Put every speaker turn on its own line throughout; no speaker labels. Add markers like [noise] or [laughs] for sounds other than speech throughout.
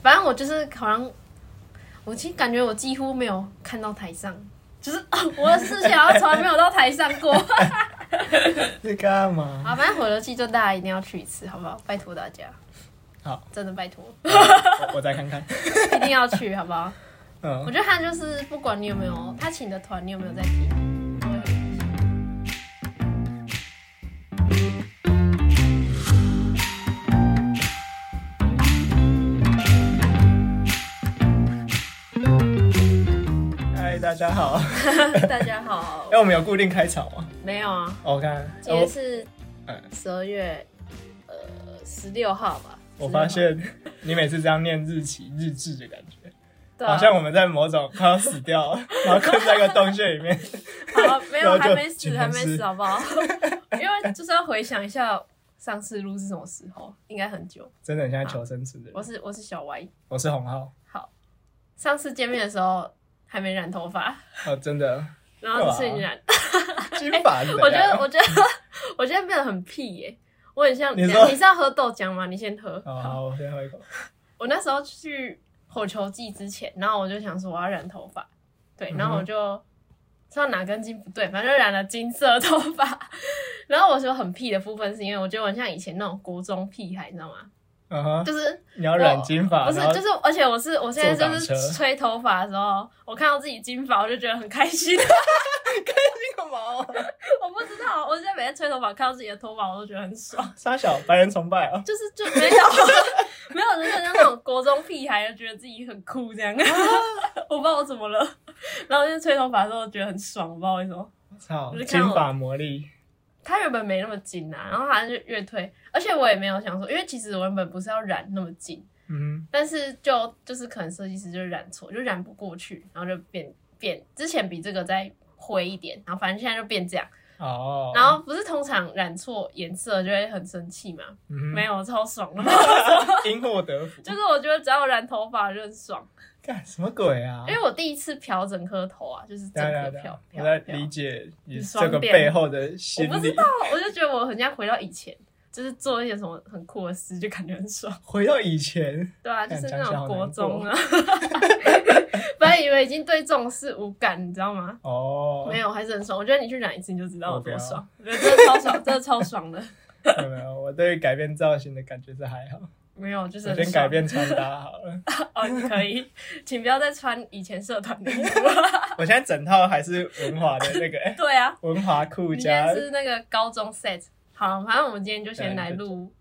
反正我就是好像，我其实感觉我几乎没有看到台上，就是 [laughs] 我的视线好像从来没有到台上 [laughs] 过。
在干嘛？
好，反正火球季就大家一定要去一次，好不好？拜托大家。
好，
真的拜托，
我我再看看。
一定要去，好不 [laughs] 好？我
嗯，
觉得他就是不管你有没有他请的团，你有没有在 [laughs] 听。都会很开心
嗨，大家好。
大家好
哎，，我们有固定开场吗？
没有啊，
哦我看，哎
今天
我
是
嗯
十二月呃十六号吧。
哦我
16
发
号
现你每次这样念日期日志的感觉，
对啊
好像我们在某种快要死掉了，然后困在一个洞穴
[laughs]
里面。
好没有
[laughs] 然后就
还没
今
死，
天
还没
是
死，好不好？ [laughs] 因为就是要回想一下上次录是什么时候，应该很久。
真的很像求生之人
我。是我是小歪，
我是洪浩。
好，上次见面的时候还没染头
[laughs]
发，
哦，
[laughs]
真的，
然后这次已经染，
金发是怎样。
[laughs] 我觉得我觉得我觉得变得很屁耶、我很像
你说
是要喝豆浆吗？你先喝。
哦，好，我先喝一口。
我那时候去火球季之前，然后我就想说我要染头发，对，
嗯哼
然后我就不知道哪根筋不对，反正就染了金色头发。 [laughs] 然后我说很屁的部分是因为我觉得我很像以前那种国中屁孩，你知道吗？
嗯哼，
就是
你要染
我 [laughs]
金发，
不是
啊然后
就是，而且我是我现在就
坐港车
是吹头发的时候，我看到自己金发，我就觉得很开心。
干嘛？
[laughs] 我不知道，我现在每天吹头发，看到自己的头发，我都觉得很爽。
沙小白人崇拜啊！
就是就没有没有，就是像那种国中屁孩，就觉得自己很酷这样。我不知道我怎么了，然后就吹头发的时候觉得很爽，我不知道为什么。
操
我，就
金
看我
发魔力，
他原本没那么紧啊，然后他就越推，而且我也没有想说，因为其实我原本不是要染那么紧，
嗯
但是就就是可能设计师就染错，就染不过去，然后就变变之前比这个再灰一点，然后反正现在就变这样。
哼，哦，
然后不是通常染错颜色就会很生气嘛？没
没
有，超
[laughs]
爽的，
有，嗯因祸得
[laughs]
福，
就是我觉得只要染头发就很爽。
干什么鬼啊？
因为我第一次漂整颗头啊，就是整
等一下
颗
等一
漂
下
漂
我在
漂
理解你
你
这个
双变
背后的心
我不
理
知。道，我就觉得我很像回到以前，就是做一些什么很酷的事，就感觉很爽。 [laughs]
回到以前，
对啊，就
干
是
讲
那
起来好
种国
难
中啊， [laughs] 本来以为已经对这种事无感，你知道吗？
哦，
没有，还是很爽。我觉得你去染一次你就知道有
我不
多
要
爽，我觉得真的超爽， [laughs] 真的超爽的。
没有，没有，我对改变造型的感觉是还好。
没有，就是
我
很
先
爽
改变穿搭好
[laughs]
了，
哦，你可以， [laughs] 请不要再穿以前社团的衣服。
我现在整套还是文华的那个 [laughs] 哎
[laughs] 对啊，
文华裤
我们今天
加
是那个高中 set，好，反正我们今天就先
对
来
对
录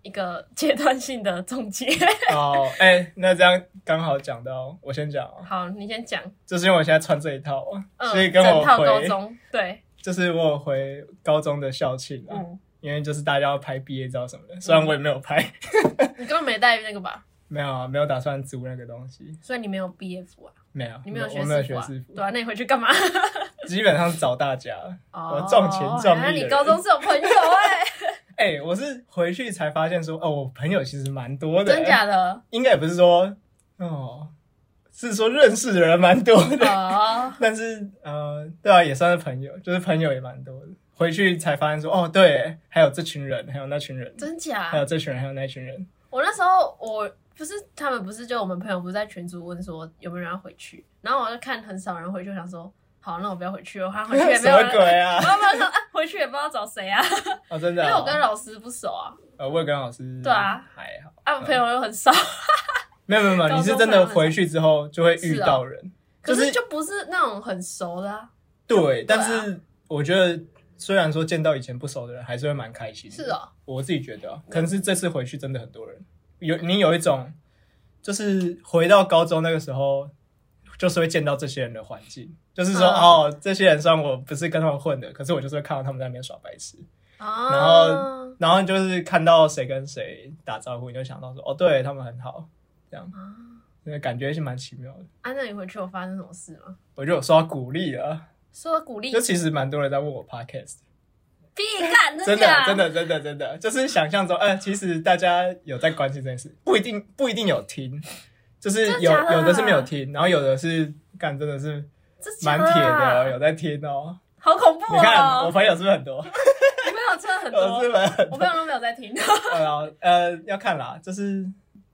一个 [laughs] 阶段性的总结。 [laughs]
哦，哎，那这样刚好讲到，我先讲哦，
好，你先讲。
就是因为我现在穿这一套啊，
嗯，
所以跟我
整套高
回
中，对，
就是我有回高中的校庆啊，
嗯，
因为就是大家要拍毕业照什么的，虽然我也没有拍，
你根本没带那个吧？
没有啊，没有打算租那个东西，
所以你没有毕业服啊？
没有，
你没有
我没有学
服啊
士？服，
对啊，那你回去干嘛？ [laughs]
基本上是找大家。我重情重义
原来哎你
的
高中是有朋友
[laughs]
哎，
哎、我是回去才发现说，哦，我朋友其实蛮多的，
真假
[laughs]
的？
应该也不是说，哦，是说认识的人蛮多的， [laughs]
哦，
但是呃，对啊，也算是朋友，就是朋友也蛮多的。回去才发现说，哦，对，还有这群人，还有那群人，
真
还
假
有？这群人，还有那群人。
我那时候我。不是他们不是就我们朋友不是在群组问说有没有人要回去，然后我就看很少人回去，我想说好，那我不要回去了，我看回去也没
什
有
么
人，
鬼啊
我！要不要说啊回去也不知道找谁啊，
哦，真
因
的、哦，
为我跟老师不熟啊，
呃，我也跟老师
对啊，
还好，
啊我朋友又很少，
没有没有没有，
高
你
中
是真的回去之后就会
啊
遇到人，
可
[laughs] 就是
是就不是那种很熟的啊。
对，但是我觉得虽然说见到以前不熟的人，还是会蛮开心的，
是哦，
我自己觉得啊、可能是这次回去真的很多人，有你有一种就是回到高中那个时候，就是会见到这些人的环境。就是说，
嗯
哦，这些人虽然我不是跟他们混的，可是我就是会看到他们在那边耍白痴，
啊，
然后然后就是看到谁跟谁打招呼，你就想到说，哦，对他们很好，这样，那感觉是蛮奇妙的。
啊，那你回去有发生什么事吗？
我就有收到鼓励了，
说鼓励
就其实蛮多人在问我 podcast，
必干，
真的
假
啊真的真的真的，就是想象中，呃，其实大家有在关心这件事，不一定不一定有听，就是
真的
有
假的
有的是没有听，然后有的是干真的是
这假
蛮
的啊
铁的，有在听哦。
好恐怖
你看
哦！
我朋友是不是很多？
我朋友真的很
[laughs] 我是
多，
不是很
[laughs] 我朋友都没有在听，
呃呃要看啦，就是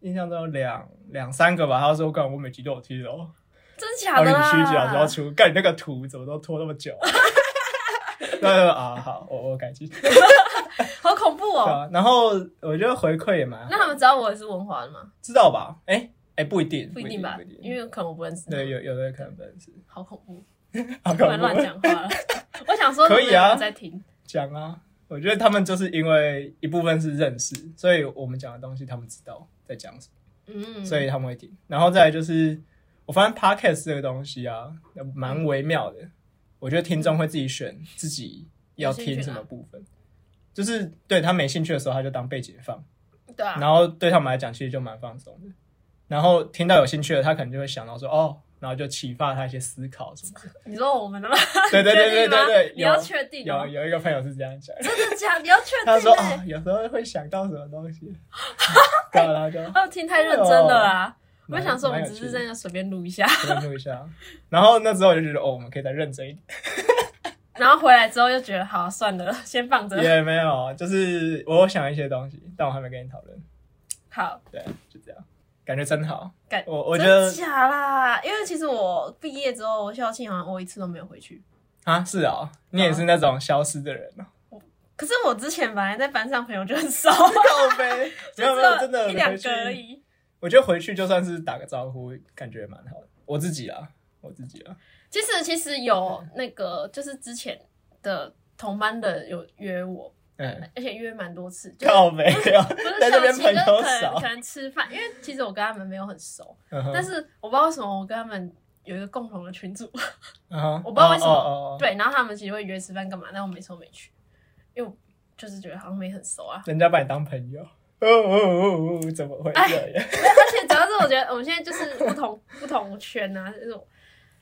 印象中有两两三个吧，他说干我每集都有听哦，
真
然
假
后
的啊
你
啦？
虚假然后出，干你那个图怎么都拖那么久、啊？ [laughs] 那就啊好，我我改进。对
好恐怖哦！
啊，然后我觉得回馈也蛮好
那他们知道我是文华的吗？
知道吧？哎、哎、不一定，
不一定吧
不一，定
因为可能我不认识。
对，有有的可能不认识，
好恐怖，
好
不
[laughs] 可
能
能
乱讲话了。我想说，
可
你
以啊
们有没有在听。
讲啊。我觉得他们就是因为一部分是认识，所以我们讲的东西他们知道在讲什么。
嗯，
所以他们会听。然后再来就是，我发现 podcast 这个东西啊，蛮微妙的。我觉得听众会自己选自己要听什么部分，就是对他没兴趣的时候，他就当背景放。
对啊，
然后对他们来讲，其实就蛮放松的。然后听到有兴趣的，他可能就会想到说，哦，然后就启发他一些思考什
[laughs]
么的。
你说我们的吗？
对对
你确
对对
定吗
对对，
你
有
要确定哦
有，有一个朋友是这样讲，
[laughs] 真的假？你要确定
他说
欸
啊、有时候会想到什么东
[laughs]
西，对，啊然后就
他哦们听太认真了啦。我
哦蛮
想说，我们
蛮有
只
趣
是
的
真的随便录一下， [laughs]
关注一下。然后那之后我就觉得，哦，我们可以再认真一点。
然后回来之后又觉得，好、啊算了，先放着。
也没有，就是我有想一些东西，但我还没跟你讨论。
好，
对，就这样，感觉真好。
感
我我觉
真
得
假啦，因为其实我毕业之后，校庆好像我一次都没有回去。
啊，是啊、你也是那种消失的人哦、
可是我之前本来在班上朋友就很少，
告呗，
[laughs]
没有没有，真的
一两
回去
个而已。
我觉得回去就算是打个招呼，感觉蛮好的。我自己啊，我自己啊，
其实其实有那个，就是之前的同班的有约我，
嗯，
而且约蛮多次，就是
告呗，
不是
在这边
校
朋
庆，就是
友
可能
少
可。能吃饭，因为其实我跟他们没有很熟，
嗯哼
但是我不知道为什么我跟他们有一个共同的群组，
嗯哼
我不知道为什么
哦哦哦哦
对，然后他们其实会约吃饭干嘛，但我每次都没去，因为我就是觉得好像没很熟啊。 [laughs]
人家把你当朋友，哦哦哦哦，怎么会这样？
而且主要是我觉得我们现在就是不同不同圈啊，就是我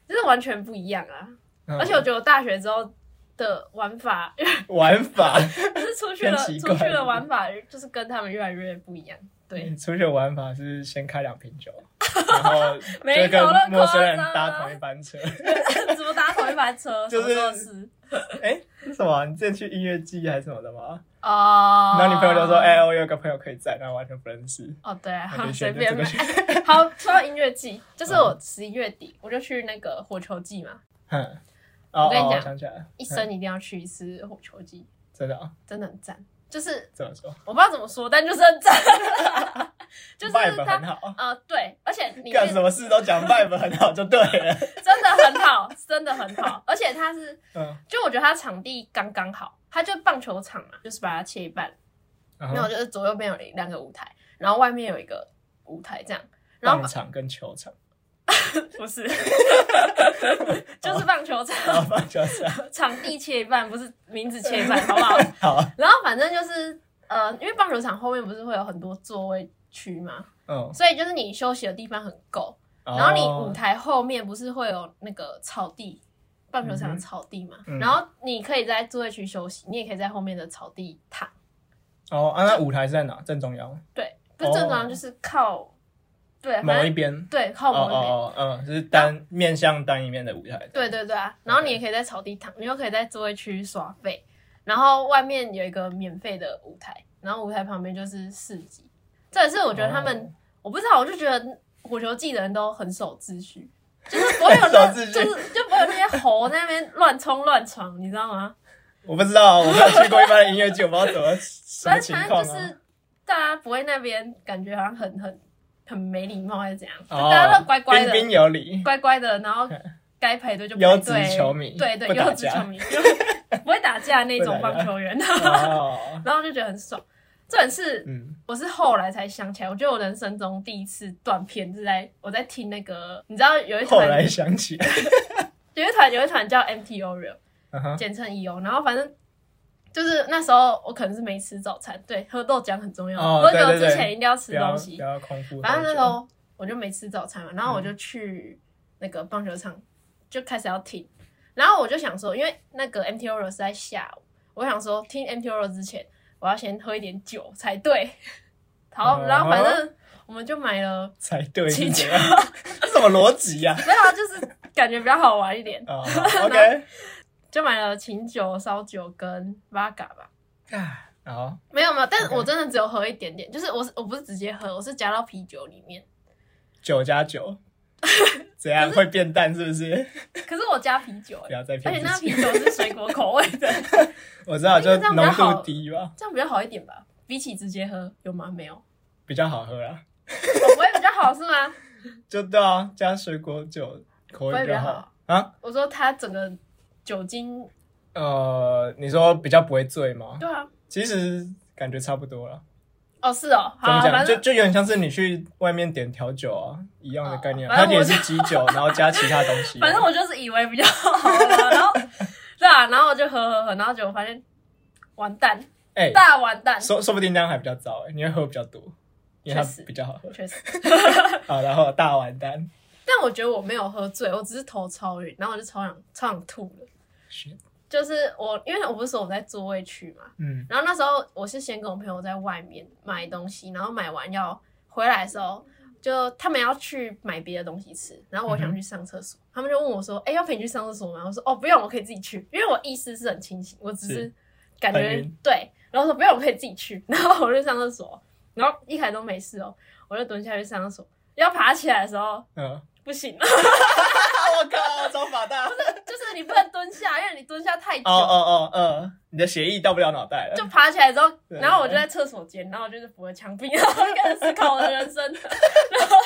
就是完全不一样啊。
嗯
而且我觉得我大学之后的玩法， [laughs]
玩法，
就是出去了
很奇
出
怪嗯
去了玩法，就是跟他们越来越不一样。对，
你出去玩法是先开两瓶酒，然后
没
就
有那
跟
么
陌
夸
生人
张
搭同
啊
一，班车。
[laughs] 怎么搭同一班车？
就是
什么都是
哎，是什么？你之前去音乐季还是什么的吗？
哦。
然后你朋友就说：“哎，我有个朋友可以在，但完全不认识。
哦，对啊
那就，
随
选
便
就这个嗯
买。 [laughs] 好，说到音乐季，就是我十一月底我就去那个火球季嘛，”
哼， [laughs] 哦
我跟你
哦，
讲
我想起来了，
一
嗯
生一定要去一次火球季，
真的啊
真的很赞。就是
这么说
我不知道怎么说，但就是很赞， [laughs] 就是
，vibe 很
它
好，
呃对，而且里
干
面
什么事都讲 vibe 很好就对了。
[laughs] 真的很好，真的很好，而且它是
嗯，
就我觉得它场地刚刚好，它就棒球场嘛，就是把它切一半，
然
然后就是左右边有两个舞台，然后外面有一个舞台这样，然后
棒场跟球场， [laughs]
不 [laughs] 是，就是棒球
然
场
后棒球场，
场地切一半，不是名字切一半，好不好？ [laughs]
好，
然后反正就是呃，因为棒球场后面不是会有很多座位区嘛，
嗯，
所以就是你休息的地方很够，然后你舞
哦
台后面不是会有那个草地。棒球场的草地嘛，
嗯
然后你可以在座位区休息，你也可以在后面的草地躺。
哦，啊，那舞台是在哪？正中央
对，不是正常
哦
就是靠，对，
某
反
一
正
边。
对靠某一边。
哦哦哦，嗯，就是单面向单一面的舞台。
对，对对啊，然后你也可以在草地躺，你又可以在座位区耍废，然后外面有一个免费的舞台，然后舞台旁边就是市集。这也是我觉得他们，
哦
我不知道，我就觉得火球季的人都很守秩序，就是不会有那，
很 [laughs]
就是
守秩序
就不会有那些猴在那边乱冲乱闯，你知道吗？
我不知道，我没有去过一般的音乐剧，我不知道怎么什么
反
情
[laughs] 正反正
况
就
啊。
是大家不会那边感觉好像很很很没礼貌还是怎样，就
哦
大家都乖乖的。
彬彬有礼，
乖乖的，然
[laughs]
后该排队就排
优质
队。
球迷
对对，
不打
优质
架
球迷，就 [laughs] 不会打架那种
[laughs] 不打架
棒球员， [laughs]
哦，
然后就觉得很爽。这也是
嗯，
我是后来才想起来，我觉得我人生中第一次断片是在我在听那个，你知道有一
后
团
来想起，
有一团有一团叫 MTO Real，
嗯哼
简称 EO，然后反正。就是那时候我可能是没吃早餐，对，喝豆浆很重要。
哦
喝酒
对对对
之前一定要
不
吃
要
东
不
西。
要空腹喝酒。
反正那时候我就没吃早餐嘛，然后我就去那个棒球场就开始要听，然后我就想说，因为那个 MTO 是在下午，我想说听 MTO 之前我要先喝一点酒才对。 [laughs] 好，
哦
然后反正我们就买了，
才对，
请
是怎样 [laughs] 这什么逻辑呀？
没有啊，就是感觉比较好玩一点， [laughs]
啊，OK，
就买了琴酒、烧酒跟 v a g a 吧。
啊然后
没有没有，但是
OK
我真的只有喝一点点，就是我是我不是直接喝，我是加到啤酒里面。
九
[laughs]
加九，怎样会变淡？是不是？
可是我加啤酒、
不
欸，
要再
而且
骗
那
自
啤
己。
酒是水果口味的，
我知道，就
因为这样比
浓
较好
度低吧，
这样比较好一点吧？比起直接喝有吗？没有，
比较好喝啦。
口味比较好是
[laughs]
吗？
就对啊，加水果酒口味比较好啊。
我说它整个酒精，
呃，你说比较不会醉吗？
对啊，
其实感觉差不多了。
哦是哦，好
怎么
啊，
讲？
反
就
正
就有点像是你去外面点调酒啊一样的概念啊，
哦
它
反正
也
我 [laughs]
是基酒，然后加其他东西啊。
反正我就是以为比较好
[laughs]
嘛，然后对啊，然后我就喝喝喝，然后结果发现完蛋，
哎，
大完蛋，
说说不定那样还比较糟哎，你会喝比较多，因为它
确实
比较好喝。
确实。
好，然后大完蛋，
但我觉得我没有喝醉，我只是头超晕，然后我就超想超想吐了。
是
就是我，因为我不是说我在座位区嘛，
嗯，
然后那时候我是先跟我朋友在外面买东西，然后买完要回来的时候，就他们要去买别的东西吃，然后我
嗯
想去上厕所，他们就问我说：“哎、要陪你去上厕所吗？”我说：“哦，不用，我可以自己去，因为我意识是很清醒，我只是
是
感
很
觉
晕
对。”然后说：“不用，我可以自己去。”然后我就上厕所，然后一开始都没事哦，我就蹲下去上厕所，要爬起来的时候
嗯，
不行了， [laughs]
我靠，招法大。
就是你不能蹲下，因为你蹲下太久。
哦哦哦，嗯，你的协议到不了脑袋了 [laughs]
就。爬起来之后，
对
然后我就在厕所间，然后我就是扶着墙壁，然 [laughs] 后开始思考我的人生， [laughs] 然后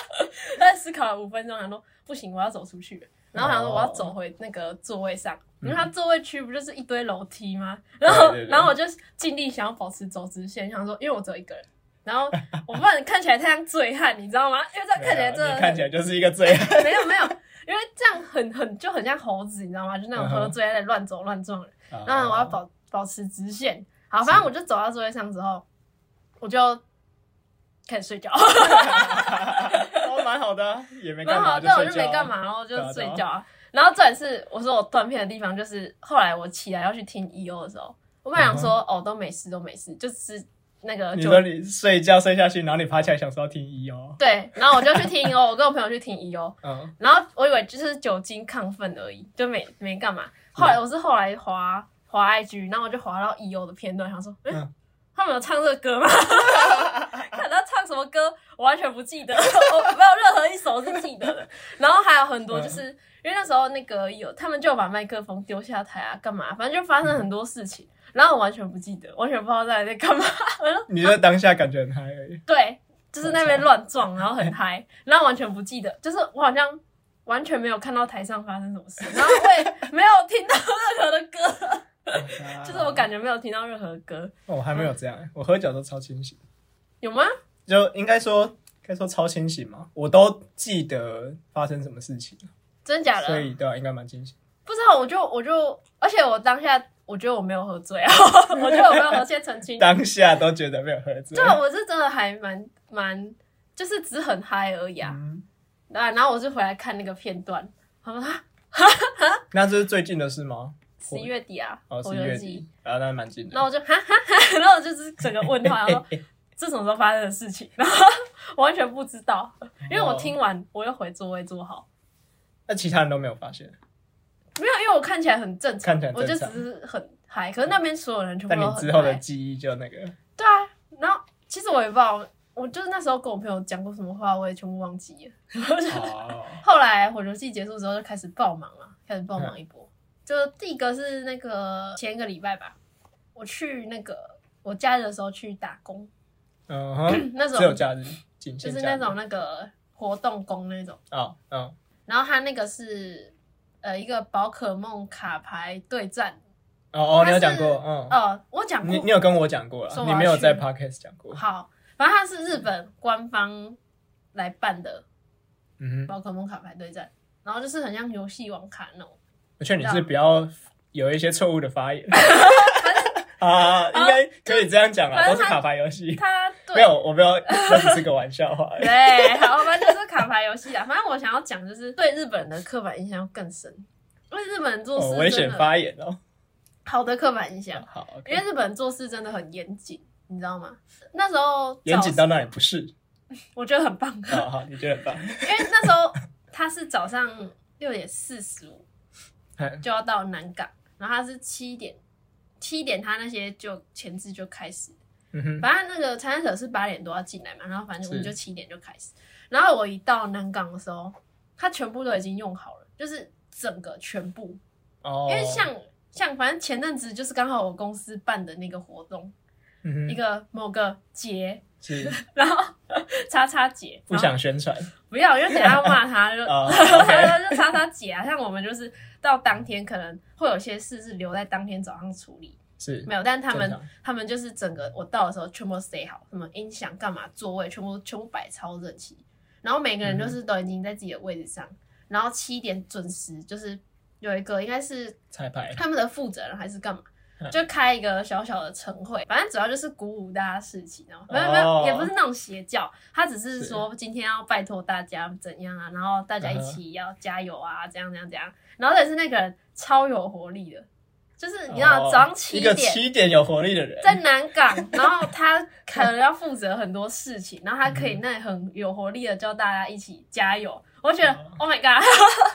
在思考了五分钟，想说不行，我要走出去了，然后想说我要走回那个座位上，因为它座位区不就是一堆楼梯吗？然后
哦嗯对对对
然后我就尽力想要保持走直线，想说因为我只有一个人，然后我不然看起来太像醉汉，你知道吗？因为这样 [laughs] 看起来真
对啊
的
你看起来就是一个 [laughs] 醉汉。
没有没有，因为这样很很就很像猴子，你知道吗？就那种
嗯
喝醉在乱走乱撞的人。[laughs]
啊
然啊嗯后我要
[laughs] 哦
保保持直线。好，反正我就走到座位上之后，我就开始睡
[laughs]
觉，
哦，蛮好的啊，也没干
然
嘛，
[laughs] 后对我
睡
就
觉啊
没干。嘛，然后就
对啊对
睡
啊
觉啊。然后重点是，我说我断片的地方就是后来我起来要去听 E.O 的时候，我本来想说、哦都没事都没事，就只是那个
嗯你
就
说你睡觉睡下去，然后你爬起来想说要听一哦，
对，然后我就去听 E E.O，我跟我朋友去听 E E.O，
嗯，
然后我以为就是酒精亢奋而已，就没没干嘛。后来我是后来滑滑 IG，然后我就滑到 E.O 的片段，想说，嗯，
嗯
他们有唱这个歌吗？ [laughs] 看他唱什么歌，我完全不记得，我没有任何一首是记得的。然后还有很多，就是、因为那时候那个有他们就把麦克风丢下台啊，干嘛？反正就发生很多事情，然后我完全不记得，完全不知道在在干嘛。
你就当下感觉很嗨而已。
对，就是那边乱撞，然后很嗨， [laughs] 然后完全不记得，就是我好像完全没有看到台上发生什么事，然后我也没有听到任何的歌， [laughs] [laughs] 就是我感觉没有听到任何的歌，
哦，我还没有这样，我喝酒都超清醒，
有吗？
就应该说该说超清醒嘛，我都记得发生什么事情，
真假的？
所以对啊，应该蛮清醒。
不知道，我就我就，而且我当下我觉得我没有喝醉啊， [laughs] 我觉得我没有喝，先澄清。
[laughs] 当下都觉得没有喝醉。
对，啊我是真的还蛮蛮，就是只是很嗨而已啊。
嗯，
啊，然后我是回来看那个片段， [laughs] 好吗？
那这是最近的事吗？
十一月底啊，
哦，
我
十一
游
月
记
底，然后那蛮近的。
然后我就 [laughs] 哈哈哈，然后我就是整个
[laughs]
问号，然后这什么时候发生的事情，然 [laughs] 后我完全不知道，因为我听完我又回座位坐好，
哦那其他人都没有发现，
没有，因为我看起来很正常，
看起来很
我就
正
只
常 [laughs]
是很嗨，可是那边所有人全部
但
都
你
很
之后的
嗨
记忆就那个
对啊，然后其实我也不知道，我就是那时候跟我朋友讲过什么话，我也全部忘记了。 [laughs]
哦，
后来火球季结束之后就开始爆忙了，开始爆忙一波。就第一个是那个前一个礼拜吧，我去那个我假日的时候去打工， [clears throat]
嗯哼，
那时
只有
候
假日，仅
就
限
是
假
那
日
种那个活动工那种。
哦，嗯，
然后他那个是呃一个宝可梦卡牌对战，
哦哦，你有
它
讲
是
过，嗯，
呃，我讲
你
过
你有跟我讲过
说
了，
我
你
要
没有在
去
podcast 讲过，
好，反正它是日本官方来办的
嗯哼，
宝可梦卡牌对战，然后就是很像游戏王卡那种，
我劝你
这
是
样
不要有一些错误的
[laughs]
发言。 [laughs] 啊，应该可以这样讲啊，
反
都
正
是
它
卡牌游戏。
它对
没有，我没有，这只是个玩笑
[laughs]
啊话。
对，好，反正就是卡牌游戏啊。反正我想要讲就是对日本人的刻板印象更深，因为日本人做
哦，
事
危
真
险
的
发言哦。
好的刻板印象，
好
因
，OK，
为日本人做事真的很严谨，你知道吗？那时候早
严谨到那里不是。
我觉得很棒，
好好，你觉得很棒。
因为那时候他是早上六点四十五
嗨
就要到南港，然后他是七点七点他那些就前置就开始，
嗯哼，
反正那个参赛者是八点多要进来嘛，然后反正我们
是
就七点就开始。然后我一到南港的时候，他全部都已经用好了，就是整个全部，
哦，
因为像像反正前阵子就是刚好我公司办的那个活动，
嗯哼
一个某个节，
是
然后 [laughs] 叉叉节，
不
然后
想宣传
不要，因为等一下要骂他，就、
哦，OK
就叉叉姐啊。像我们就是到当天可能会有些事是留在当天早上处理，
是
没有，但他
正
们
常
他们就是整个我到的时候全部都 say 好，什么音响干嘛座位全部全部摆超整齐，然后每个人就是都已经在自己的位置上，然后七点准时就是有一个应该是
彩排，
他们的负责人还是干嘛
嗯。
就开一个小小的晨会，反正主要就是鼓舞大家士气，然后没有
哦
没有，也不是那种邪教，他只是
是嗯
说今天要拜托大家怎样啊，然后大家一起要加油啊，怎样怎样怎样。然后但是那个人超有活力的，就是你知道、
哦
早上七
一个
点
七点有活力的人，
在南港，然后他可能要负责很多事情，然后他可
嗯
以那很有活力的教大家一起加油。我觉得
哦
Oh my god，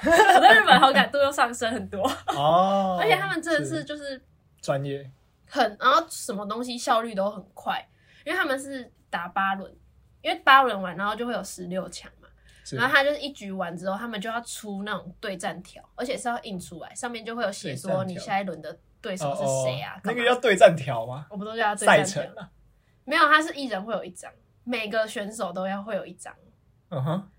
我 [laughs] 对日本好感度又上升很多，
哦，
而且他们真的是就是
专业，
很，然后什么东西效率都很快，因为他们是打八轮，因为八轮完然后就会有十六强嘛，
是
然后他就是一局完之后，他们就要出那种对战条，而且是要印出来，上面就会有写
对
说
战条
你下一轮的对手
哦
是
哦
谁啊，
那
干嘛
个要对战条吗？
我们都叫他对
赛
战条
程。啊，
没有，他是一人会有一张，每个选手都要会有一张。
嗯哼，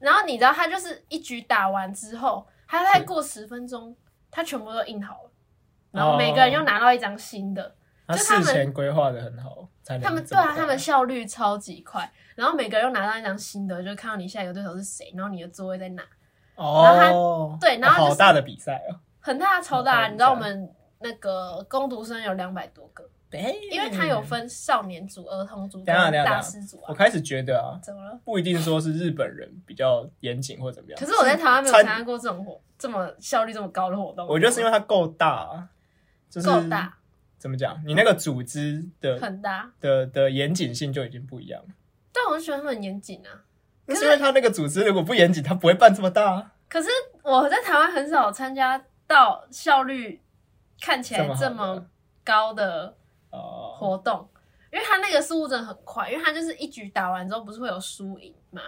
然后你知道，他就是一局打完之后，他再
是
过十分钟，他全部都印好了，然后每个
哦
人又拿到一张新的。
他
就他
事
们
前规划的很好，才能
他们
这
对
么
啊，
快
他们效率超级快。然后每个人又拿到一张新的，就看到你下一个对手是谁，然后你的座位在哪。然
哦，
对然后就是
好大的比赛哦，
很大超
好
大，
看
你知道
一下
我们那个工读生有两百多个，因
因
为他有，分少年组、儿童组跟
嗯等一下等一
大
下等一
师组
我
啊。
开始觉得啊，
怎么了？
不一定说是日本人比较严谨或怎么样，
可是我在台湾没有参
参
加过这种活，这么效率这么高的活动。
我觉得是因为它够大啊，就是
够大，
怎么讲？你那个组织的
很大，
的的严谨性就已经不一样了。
但我就觉得他们很严谨啊。
那
可是
是因为他那个组织如果不严谨，他不会办这么大啊。
可是我在台湾很少参加到效率看起来这
这么好的
么高的
哦，
活动，因为他那个速度真的很快，因为他就是一局打完之后不是会有输赢嘛，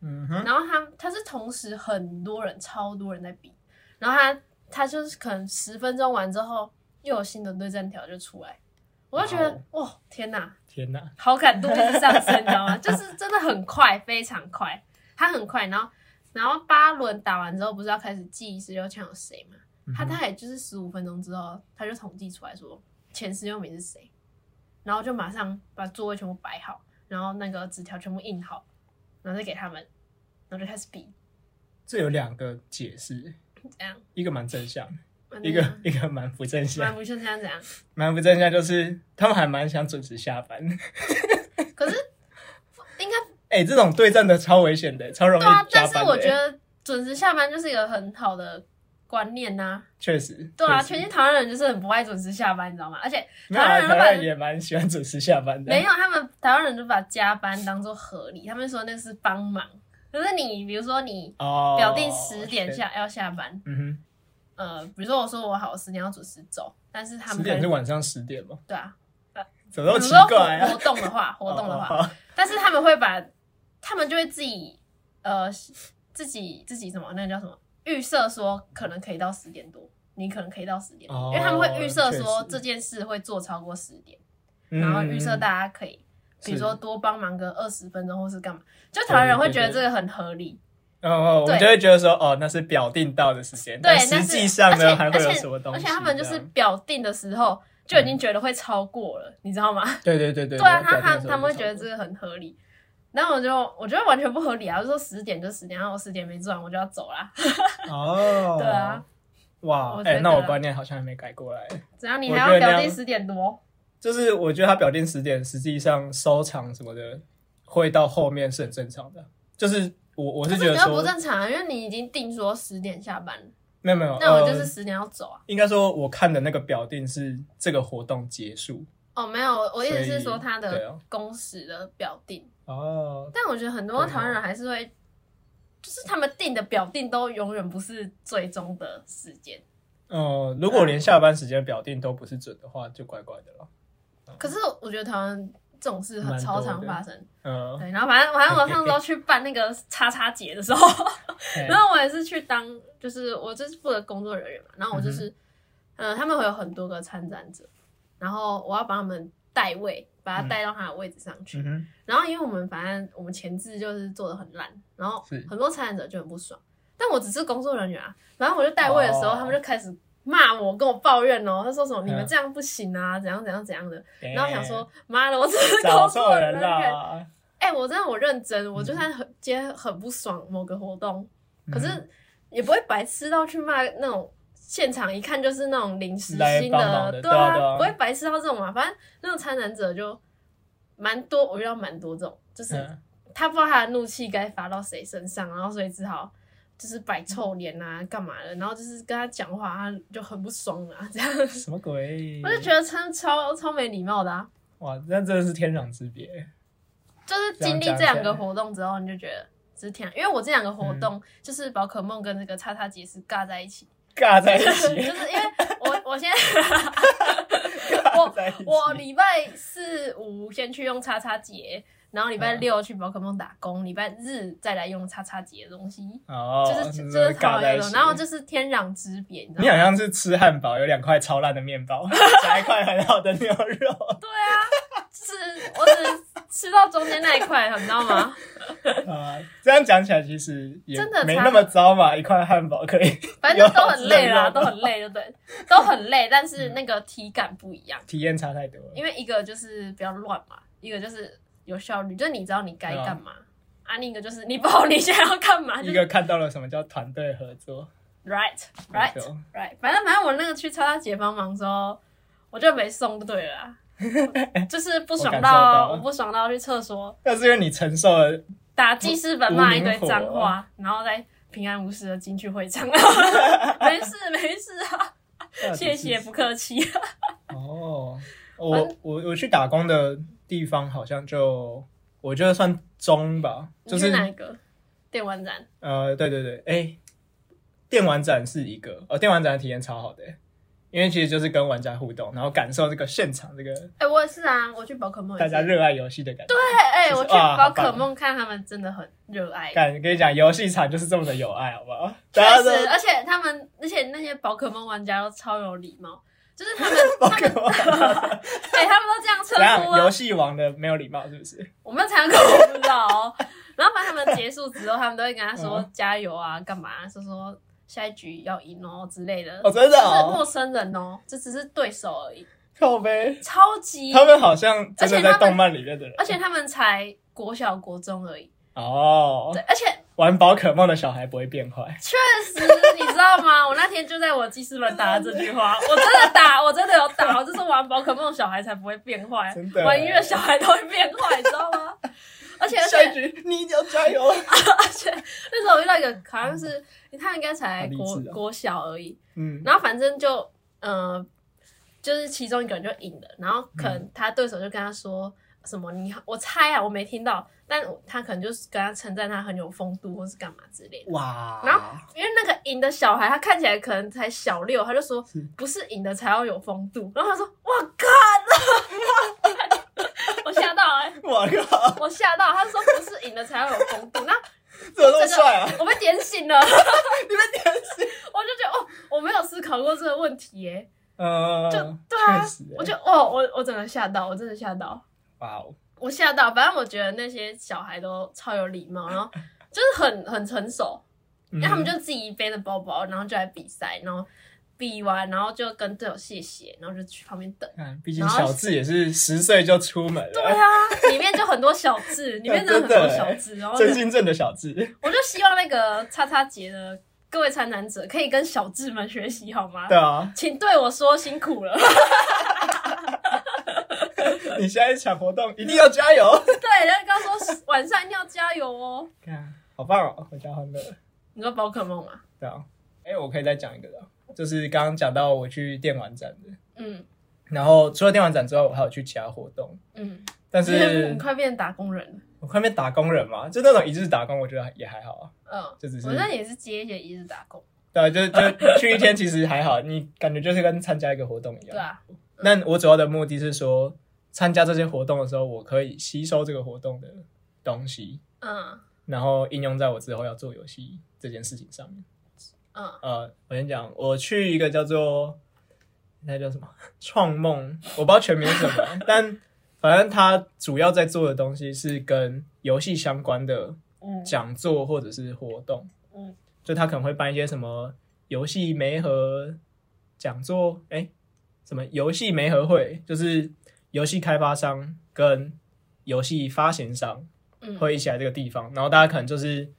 嗯哼，
然后他他是同时很多人超多人在比，然后他他就是可能十分钟完之后又有新的对战条就出来，我就觉得哇天哪，
天哪，
好感度一直上升，你知道吗？ [laughs] 就是真的很快，非常快，它很快。然后，然后八轮打完之后，不是要开始记十六强有谁吗？
嗯
他
哼
大概就是十五分钟之后，他就统计出来说前十六名是谁，然后就马上把座位全部摆好，然后那个纸条全部印好，然后再给他们，然后就开始比，
这有两个解释，
怎样？
一个蛮正向的，
反正
一个一个蛮不正
蛮
向。
不像这样
[laughs]
怎样？
蛮不正向就是他们还蛮想准时下班。
可是应该
哎、这种对战的超危险的，超容易
对啊，但
加班
是
的、
我觉得准时下班就是一个很好的观念呐、
确实，
对啊，
确
全
实
新台湾人就是很不爱准时下班，你知道吗？而且
没有啊，
台湾人
台
老
湾
板
人也蛮喜欢准时下班的。
没有他们台湾人就把加班当做合理，他们说那是帮忙。可是你比如说你
哦，
表定十点
是，
下、要下班，
嗯哼，
呃，比如说我说我好我十点要准时走，但是他
十
们可
点是
能
晚上十点吗？
对啊，比
怎么
如
那么奇
说活
怪啊
活？动的
[laughs]
话，活动的话，
哦，哦哦
但是他们会把他们就会自己呃自己自己什么那个叫什么预设说可能可以到十点多，你可能可以到十点多，
哦
因为他们会预设说
确实
这件事会做超过十点。
嗯
然后预设大家可以，比如
是
说多帮忙个二十分钟或是干嘛，就台湾人会觉得
对对
这个很合理。
嗯哦，我
对
们就会觉得说，哦，那是表定到的时间，
对，
但
但
实
是
际上
而且
呢，还会有
而且
什么东西？
而且他们就是
这样
表定的时候就已经觉得会超过了，你知道吗？
对对对对，
对啊，
表
他
定的
他
时候
他们会
就
觉得
差
这个很合理。然后我就我觉得完全不合理啊！我就说十点就十点，然后我十点没做完我就要走啦。 [laughs]
不多哦，
对啊，
哇
我，觉
哎，那
得
我
啦
观念好像还没改过来，
怎样？你
我
还要
觉得
表
那
定
样
十点多？
就是我觉得他表定十点，实际上收场什么的会到后面是很正常的，就是我我
可
是
是
觉
比
得
较不
说，
正常啊，因为你已经定说十点下班了，
没有没有，
那我就是
呃
十点要走啊。
应该说，我看的那个表定是这个活动结束
哦，没有，我我意思
所
是
以
说他
对
的
啊
工时的表定。
哦，
但我觉得很多台湾人还是会，就是他们定的表定都永远不是最终的时间，
呃，如果连下班时间表定都不是准的话，就怪怪的了。
可是我觉得台湾这种事很
嗯蛮多
超常
的
发生。
呃，
对，然后反正反正我上周去办那个叉叉节的时候，
[laughs] 嘿
然后我也是去当，就是我就是负责工作人员嘛，然后我就是，嗯、他们会有很多个参展者，然后我要帮他们代位，把他带到他的位置上去。
嗯哼，
然后因为我们反正我们前置就是做的很烂，然后
是
很多参展者就很不爽，但我只是工作人员啊，然后我就代位的时候，
哦
他们就开始骂我，跟我抱怨哦，他说什么你们
嗯
这样不行啊，怎样怎样怎样的，然后我想说，妈的，我只
欸
是
找
工
错
作
人嗯
人员。
啦。
哎、我真的我认真，我就算很今天很不爽某个活动，
嗯
可是也不会白痴到去骂那种现场一看就是那种临时
来
新
帮忙
对
的对啊对啊
不会白痴到这种嘛。反正那种参展者就蛮多，我遇到蛮多这种，就是
嗯
他不知道他的怒气该发到谁身上，然后所以只好。就是摆臭脸啊，
嗯
干嘛的？然后就是跟他讲话，他就很不爽
[laughs]
啊，这样
什么鬼？
我就觉得超超超没礼貌的啊！
哇，那真的是天壤之别。
就是经历这两个活动之后，你就觉得只是天然，因为我这两个活
嗯
动、就是宝可梦跟那个叉叉节是尬在一起，
尬在一
[laughs] 就
起，
是因为我我先
[laughs] 尬在一起。
我礼拜四五先去用叉叉节，然后礼
嗯
拜六去宝可梦打工，礼拜日再来用叉叉节的东西，
哦，
就是
真
就
的
是
是尬
讨
在
厌
一
的，
起。
然后就是天壤之别，你知
你
道
好
吗？
像是吃汉堡，有两块超烂的面包， [laughs] 加一块很好的牛肉。
对啊，就是我只吃到中间那一块，你知道
[laughs]
吗？
啊，这样讲起来其实也
真的
没
差
那么糟嘛，一块汉堡可以 [laughs]
反正都
有
很累啦，
有
都很累，对不对？都很累，但是那个体感不一样。
体验差太多了。
因为一个就是比较乱嘛，一个就是有效率，就是你知道你该干嘛。啊，另一个就是你不好，你想要干嘛？就
一
是
个看到了什么叫团队合作，
right
没
right
错
right，反正反正我那个去超大姐帮忙之后，我就没送就对了
[laughs]
啦，就是不爽
我感受到
到我不爽到去厕所
那是因为你承受了
打记事本骂一堆
[laughs]
脏
无名火哦
话，然后再平安无事的进去会场， [laughs] 没事没事
[laughs]
啊， [laughs] 谢谢不客气。 [laughs]
哦，我我我去打工的地方好像就我觉得算中吧，就
你去
是
哪一个电玩展？
呃，对对对，哎、电玩展是一个，呃，电玩展的体验超好的、因为其实就是跟玩家互动，然后感受这个现场这个
哎、我也是啊，我去宝可梦也
大
是。
家热爱游戏的感觉。
哎、
就是
我去
哇
宝
好棒
可梦看他们真的很热爱，
感跟你讲，游戏场就是这么的有爱，好不好？大
确
家都
实，而且他们，而且那些宝可梦玩家都超有礼貌，就是他们，
[laughs] 宝可
[laughs]
梦，
哎、他们都这样
怎
称
样
呼？
游
啊，
戏王的没有礼貌是不是？
我没有参加过，我不知道
[laughs]
哦。然后反正他们结束之后，他们都会跟他说
嗯
加油啊，干嘛、啊，说说下一局要赢哦之类的。
哦，真
就
的
是陌
哦，
生人哦，这只是对手而已，
靠呗。
超级，
他们好像真
而且
的
他们
在动漫里面的人，
而且他们才国小国中而已，
哦
对，，而且
玩宝可梦的小孩不会变坏，
确实，你知道
[laughs]
吗？我那天就在我记事本打了这句话，我真的打， [laughs] 我真的有打，我就是玩宝可梦小孩才不会变坏
真，的
玩音乐小孩都会变坏，你知道
[laughs]
吗？而且而
下一
且
局你一定要加油。
而且，那时候我遇到一个好像是他应该才
好励
国
志啊
国小而已，
嗯，
然后反正就呃，就是其中一个人就赢了，然后可能他对手就跟他说什么你我猜啊，我没听到，但我他可能就是跟他称赞他很有风度或是干嘛之类的。
哇，
然后因为那个赢的小孩，他看起来可能才小六，他就说
是
不是赢的才要有风度。然后他说：“我靠！” [laughs] 我吓到哎、
我靠，
我吓到，他说不是赢了才要有风度。那
怎么那么
这
帅啊？
个我被点醒了，
你们简直……
我就觉得哦，我没有思考过这个问题耶、
呃，
就对啊
确实，
我就哦，我我整个吓到，我真的吓到，
哇哦，
我吓到。反正我觉得那些小孩都超有礼貌，然后就是很很成熟。
因
那他们就自己背着包包，然后就来比赛，然后比完，然后就跟队友谢谢，然后就去旁边等。
看，毕竟小智也是十岁就出门 [laughs]
对
了，
啊，里面就很多小智，里面真的很多小智。然后就
真心正的小智，
我就希望那个叉叉节的各位参展者可以跟小智们学习，好吗
对？啊，
请对我说辛苦了。 [laughs]
你下一场活动一定要
[laughs]
加油，
对，然后刚刚说晚上一定要加油哦。
看，好棒哦，回家欢乐，
你说宝可梦吗？
对啊，哎，我可以再讲一个的，就是刚刚讲到我去电玩展的，
嗯
然后除了电玩展之外，我还有去其他活动，
嗯，
但
你
是
[laughs] 快变打工人了。
我快变打工人嘛，就那种一日打工，我觉得也还好啊，
嗯，
就只是
我那也是接一些一日打工。
对，啊就就去一天其实还好，你感觉就是跟参加一个活动一
对
样。
啊，
但我主要的目的是说，参加这些活动的时候，我可以吸收这个活动的东西，
嗯
然后应用在我之后要做游戏这件事情上面。
嗯
呃，我先讲，我去一个叫做那叫什么创梦，我不知道全名是什么， [laughs] 但反正它主要在做的东西是跟游戏相关的
嗯
讲座或者是活动。
嗯，
就他可能会办一些什么游戏媒合讲座，哎、什么游戏媒合会，就是游戏开发商跟游戏发行商
嗯
会一起来这个地方，然后大家可能就是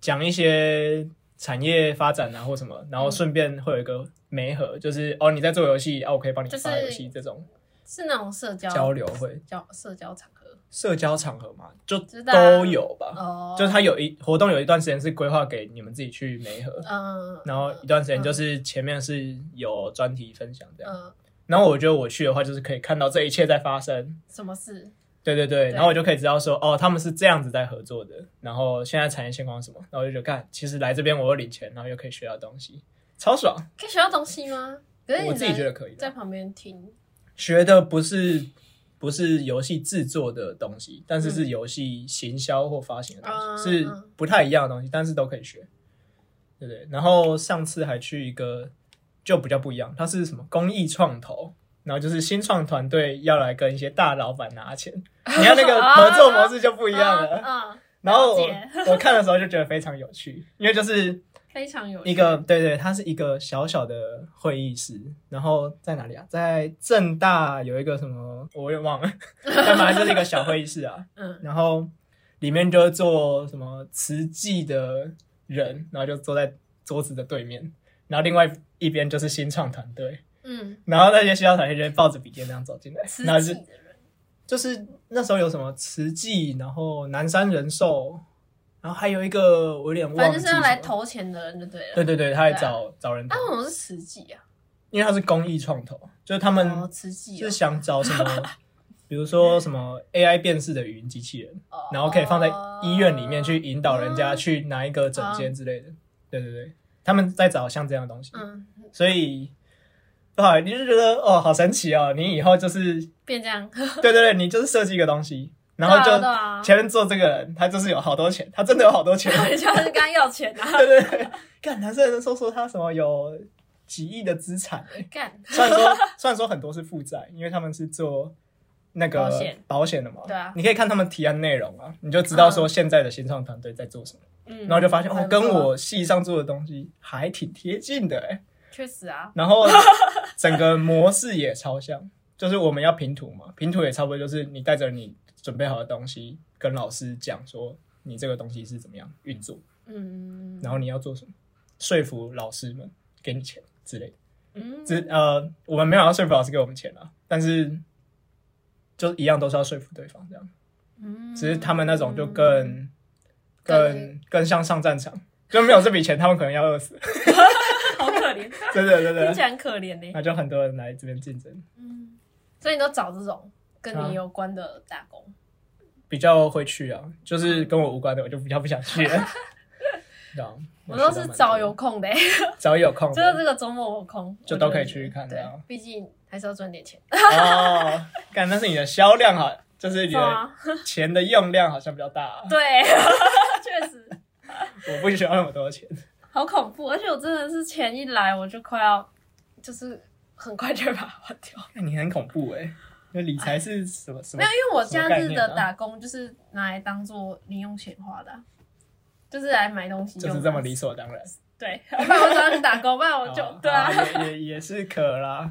讲一些产业发展啊或什么，然
嗯
后顺便会有一个媒合，就是哦你在做游戏，啊我可以帮你
就是哦
发游戏这种
是那种社交
交流会、
交社交场合
社交场合嘛，就
知道啊
都有吧。
哦，
就是他有一活动有一段时间是规划给你们自己去媒合，
嗯，
然后一段时间就是前面是有专题分享这样。
嗯
然后我觉得我去的话，就是可以看到这一切在发生。
什么事
对对对，
对
然后我就可以知道说，哦，他们是这样子在合作的，然后现在产业现况是什么，然后我就觉得，干，其实来这边我又领钱，然后又可以学到东西，超爽。
可以学到东西吗？可是你
我自己
能
觉得可以啊
在
的，
旁边听，
学的不是不是游戏制作的东西，但是
嗯
是游戏行销或发行的东
嗯
西，是不太一样的东西，但是都可以学，对不对？然后上次还去一个就比较不一样，它是什么公益创投，然后就是新创团队要来跟一些大老板拿
[laughs]
钱，你看那个合作模式就不
不
一样
[laughs]
啊了。
嗯，嗯
然后
了
我
解
我看的时候就觉得非常有趣，因为就是
非常有趣
一个对对，它是一个小小的会议室，然后在哪里啊？在正大有一个什么，我也忘了， [laughs] 但反正就是一个小会议室啊。
嗯
然后里面就是做什么慈济的人，然后就坐在桌子的对面，然后另外一边就是新创团队，
嗯，
然后那些新创团队就会抱着笔电那样走进来，
吃
然后
鸡
就
的人，
就是那时候有什么慈济，然后南山人寿，然后还有一个我有点忘记
反正就是要来
什么
投钱的人就对了。
对对对，他还
对啊
找、找人投
那，为什么是慈济啊？
因为他是公益创投，就是他
哦，
们
慈济
是
哦
想找什么，比如说什么 AI 辨识的语音机器人，
哦
然后可以放在医院里面去引导人家去拿一个诊间之类的。对对对，他们在找像这样的东西，
嗯，
所以。哇，你就觉得哦，好神奇哦！你以后就是，
变这样，
对对对，你就是设计一个东西， [laughs] 然后
对啊
就
对啊
前面做这个人，他就是有好多钱，他真的有好多钱， [laughs]
[laughs] 就是跟他要钱啊，
对对对。干，男生说说他什么有几亿的资产，
[laughs]
欸
干，
虽然说 [laughs] 虽然说很多是负债，因为他们是做那个
保险
保险的嘛，
对啊
你可以看他们提案内容啊，你就知道说现在的新创团队在做什么，
嗯，
然后就发现哦
还，不
跟
错啊
我系上做的东西还挺贴近的哎、
确实啊，
然后 [laughs] 整个模式也超像，就是我们要评图嘛，评图也差不多就是你带着你准备好的东西跟老师讲说你这个东西是怎么样运作，
嗯，
然后你要做什么，说服老师们给你钱之类的。
嗯，
只呃，我们没有要说服老师给我们钱啊，但是就一样都是要说服对方这样。
嗯
只是他们那种就更
更
更更像上战场，就没有这笔钱，他们可能要饿死。
[laughs] 好可怜，
[laughs] 真的真
听起
的，
来很可怜呢。
那就很多人来这边竞争，
嗯，所以你都找这种跟
啊
你有关的打工，
比较会去啊，就是跟我无关的，我就比较不想去
[laughs]
了。对啊
我都是找有空的欸，
找有空
就是
的
这个周末我空，
就
我
都可
会
以去看啊
对
到，
毕竟还是要赚点钱，
哦，干，但是你的销量好，就是你
是啊
的
吗？
钱的用量好像比较大啊、
对， [laughs] 确实。
我不需要那么多钱。
好恐怖！而且我真的是钱一来我就快要，就是很快就会把它花掉。
看你很恐怖哎、那理财是什么什么
没有，？因为我
什
假
么概
日
念啊
的打工就是拿来当做零用钱花的啊、就是来买东西用
就
的。
是这么理所当然。
对， [laughs] 不然我早上去打工，不然我就、
哦
对啊，
好也也也是可啦。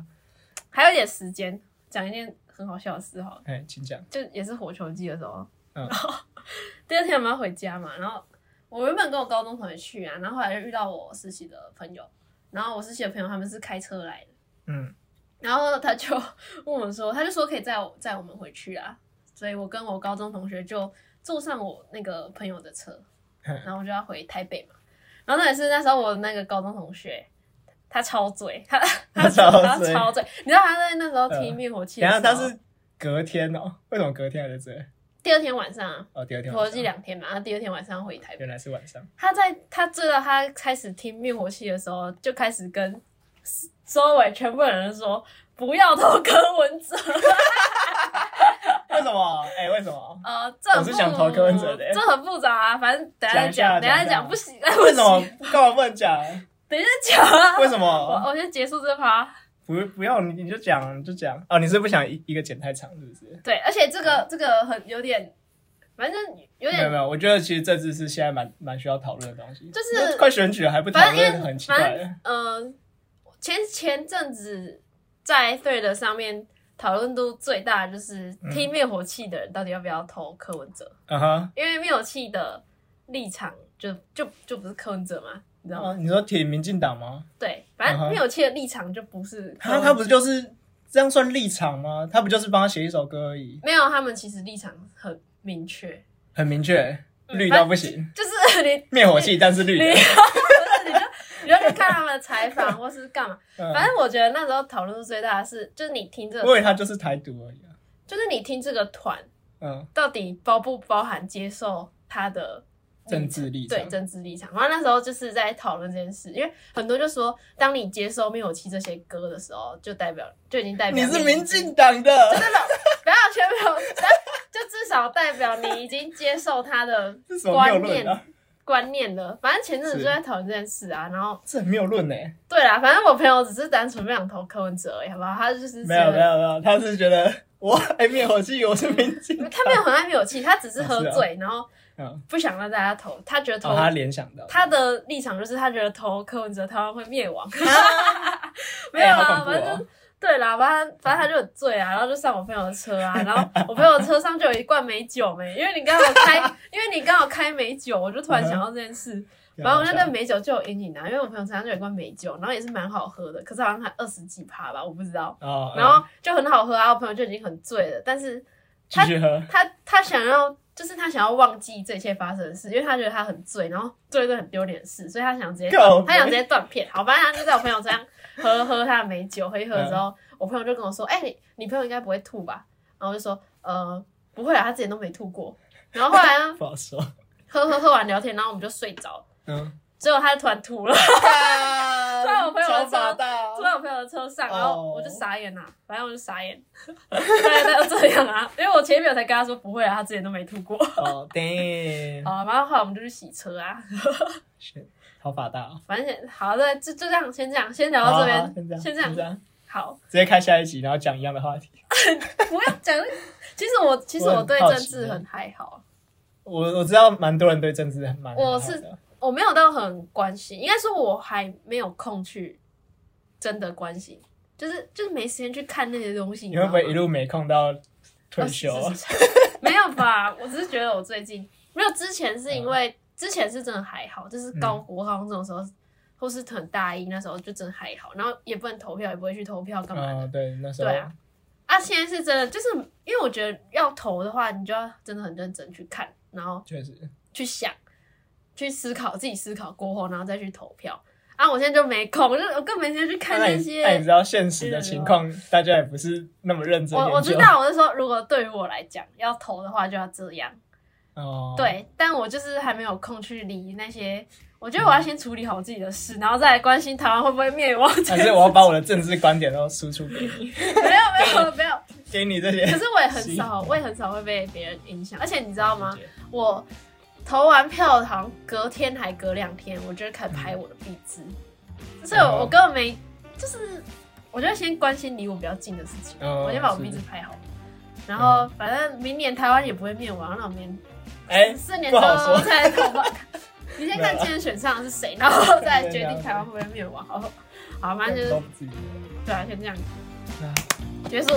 还有一点时间讲一件很好笑的事好了。
哎，请讲。
就也是火球季的时候，
嗯
然后 [laughs] 第二天我们要回家嘛，然后我原本跟我高中同学去啊，然后后来就遇到我实习的朋友，然后我实习的朋友他们是开车来的。
嗯，
然后他就问我说，他就说可以载我载我们回去啊，所以我跟我高中同学就坐上我那个朋友的车，
嗯
然后我就要回台北嘛。然后那也是那时候我那个高中同学，他超醉，
[laughs]
他他
超醉嗯
他超醉，你知道他在那时候听灭火器
等
的
一
时
下
候，
哦他是隔天哦，为什么隔天还在这？
第二天晚上啊，
哦，第二天
我
晚
记
上，
两天嘛，然后第二天晚上回台北。
原来是晚上，
他在他知道他开始听灭火器的时候，就开始跟周围全部人都说不要投柯文哲。
为什么？哎，为什么？
呃，这很
我是想投柯文哲的
这很复杂啊，反正等一下再
讲一下
讲，等一下再
讲一下
讲不行，哎
为什么？干嘛不能讲？
等一下讲啊。
为什么？
我我先结束这趴。
不，不要你，你就讲，你就讲。哦，你是不想一一个剪太长，是不是？
对，而且这个这个很有点，反正有
没有没
点，
有，我觉得其实这次是现在蛮蛮需要讨论的东西，
就是
那快选举了还不讨
反正因
论，
为
很奇
反
怪
正。呃，前前阵子在 Thread 上面讨论度最大的就是
嗯
听灭火器的人到底要不要投柯文哲，
嗯哼，
因为灭火器的立场就就就不是柯文哲嘛，你知道吗？
哦，你说挺民进党吗？
对，反
嗯
正
哼
灭火器的立场就不是柯
他
文
他不就是这样算立场吗？他不就是帮他写一首歌而已，
没有，他们其实立场很明确，
很明确，
嗯
绿到不行，
就是你 [laughs]
灭火器，但是绿
你
的
不。是你就你就去看他们的采
[laughs]
访或是干嘛。反
嗯，
正我觉得那时候讨论度最大的是，就是你听这
我以
个，
为他就是台独而已啊。
就是你听这个团
嗯，
到底包不包含接受他的
政治立场
对。政治立场。然后那时候就是在讨论这件事，因为很多就说，当你接受灭火器这些歌的时候，就代表就已经代
你
表
是
已
民
经
进党的，
不要全 [laughs] 没有， [laughs] 就至少代表你已经接受他的
这什么谬
观
论
念
啊？
观念了。反正前阵子
是
就在讨论这件事啊，然后
这很谬论呢。
对啦，反正我朋友只是单纯不想投柯文哲而已，好不好？他就是
没有
觉
没
得
有没有，他是觉得我哎灭火器，我是民进党。
他没有很爱灭火器，他只是喝
啊是啊
醉，然后
[laughs] 嗯，
不想让大家投，他觉得投、
哦，他联想到
他的立场就是他觉得投柯文哲台湾会灭
[laughs]
亡， [laughs] 没有啊
哎好
啦，
恐怖
反
哦
正就对啦，反正反正他就很醉啊，然后就上我朋友的车
[laughs]
啊，然后我朋友车上就有一罐美酒没，因为你刚好
[laughs]
开，因为你刚好开美酒，我就突然想到这件
嗯
事，然后我就对美酒就有阴影啊，因为我朋友车上就有一罐美酒，然后也是蛮好喝的，可是好像才二十几趴吧，我不知道，
哦，
然后就很好喝啊，我朋友就已经很醉了，但是。
继续喝，
他他想要，就是他想要忘记这一切发生的事，因为他觉得他很醉，然后做一堆很丢脸的事，所以他想直接
靠北
他想直接断片。好，反正他就在我朋友这样喝喝他的美酒，喝一喝之后，我朋友就跟我说：“哎、你你朋友应该不会吐吧？”然后我就说：“呃，不会啊，他之前都没吐过。”然后后来呢，
不好说。
喝喝喝完聊天，然后我们就睡着了，
嗯，
结果他就突然吐了，
突
然我朋友的车
到
吐在我朋友的车上，
哦
然后我就傻眼啦、反正我就傻眼， [laughs] 大概就这样啊，因为我前面有才跟他说不会啊，他之前都没吐过。
哦，damn，
好，然后后来我们就去洗车啊，
Shit，好法大哦。
反正先好，对，就就这样，先这样，先聊
好
到
好
这
好
边，
先这样，
先这
样，
样，好，
直接开下一集，然后讲一样的话题。
不要讲。其实我其实
我
我
很
对
好
政
奇啊
治
耶
很还好，
我我知道蛮多人对政治蛮，
我是
蛮好的
我没有到很关心，应该说我还没有空去真的关心，就是就是没时间去看那些东西。
你会不会一
路
路没空到退休？ [laughs]
没有吧，我只是觉得我最近没有之前是因
嗯
为之前是真的还好，就是高国高中这种时候，或是很大一那时候就真的还好，然后也不能投票，也不会去投票干嘛的。
嗯，对，那时候
对啊啊，现在是真的，就是因为我觉得要投的话，你就要真的很认真去看，然后
确实
去想，去思考，自己思考过后，然后再去投票。啊，我现在就没空，我就我更没时间去看
那
那
你那你
些嗯
知。道现实的情况，大家也不是那么认真
我我
研究
知道，我是说，如果对于我来讲，要投的话就要这样。
哦，，
对，但我就是还没有空去理那些。我觉得我要先处理好自己的事，然后再来关心台湾会不会灭亡。
但是我要把我的政治观点都输出给
[laughs]
你，
没
哎
有没有没有，
给你这些。
可是我也很少，我也很少会被别人影响。而且你知道吗？
理解？
我投完票，好像隔天还隔两天，我就开始拍我的壁纸，就是
哦
我我根本没，就是我就先关心离我比较近的事情，
哦
我先把我壁纸
是
拍好。然后反正明年台湾也不会灭亡，那我明
哎，
四年
不
之
好
后
说
再投吧。 [laughs] 你先看
对啊
今天选上的是谁，然后再决定台湾会不会灭亡。好，好，反正就是
都不至于
对啊，先这样
那
结束。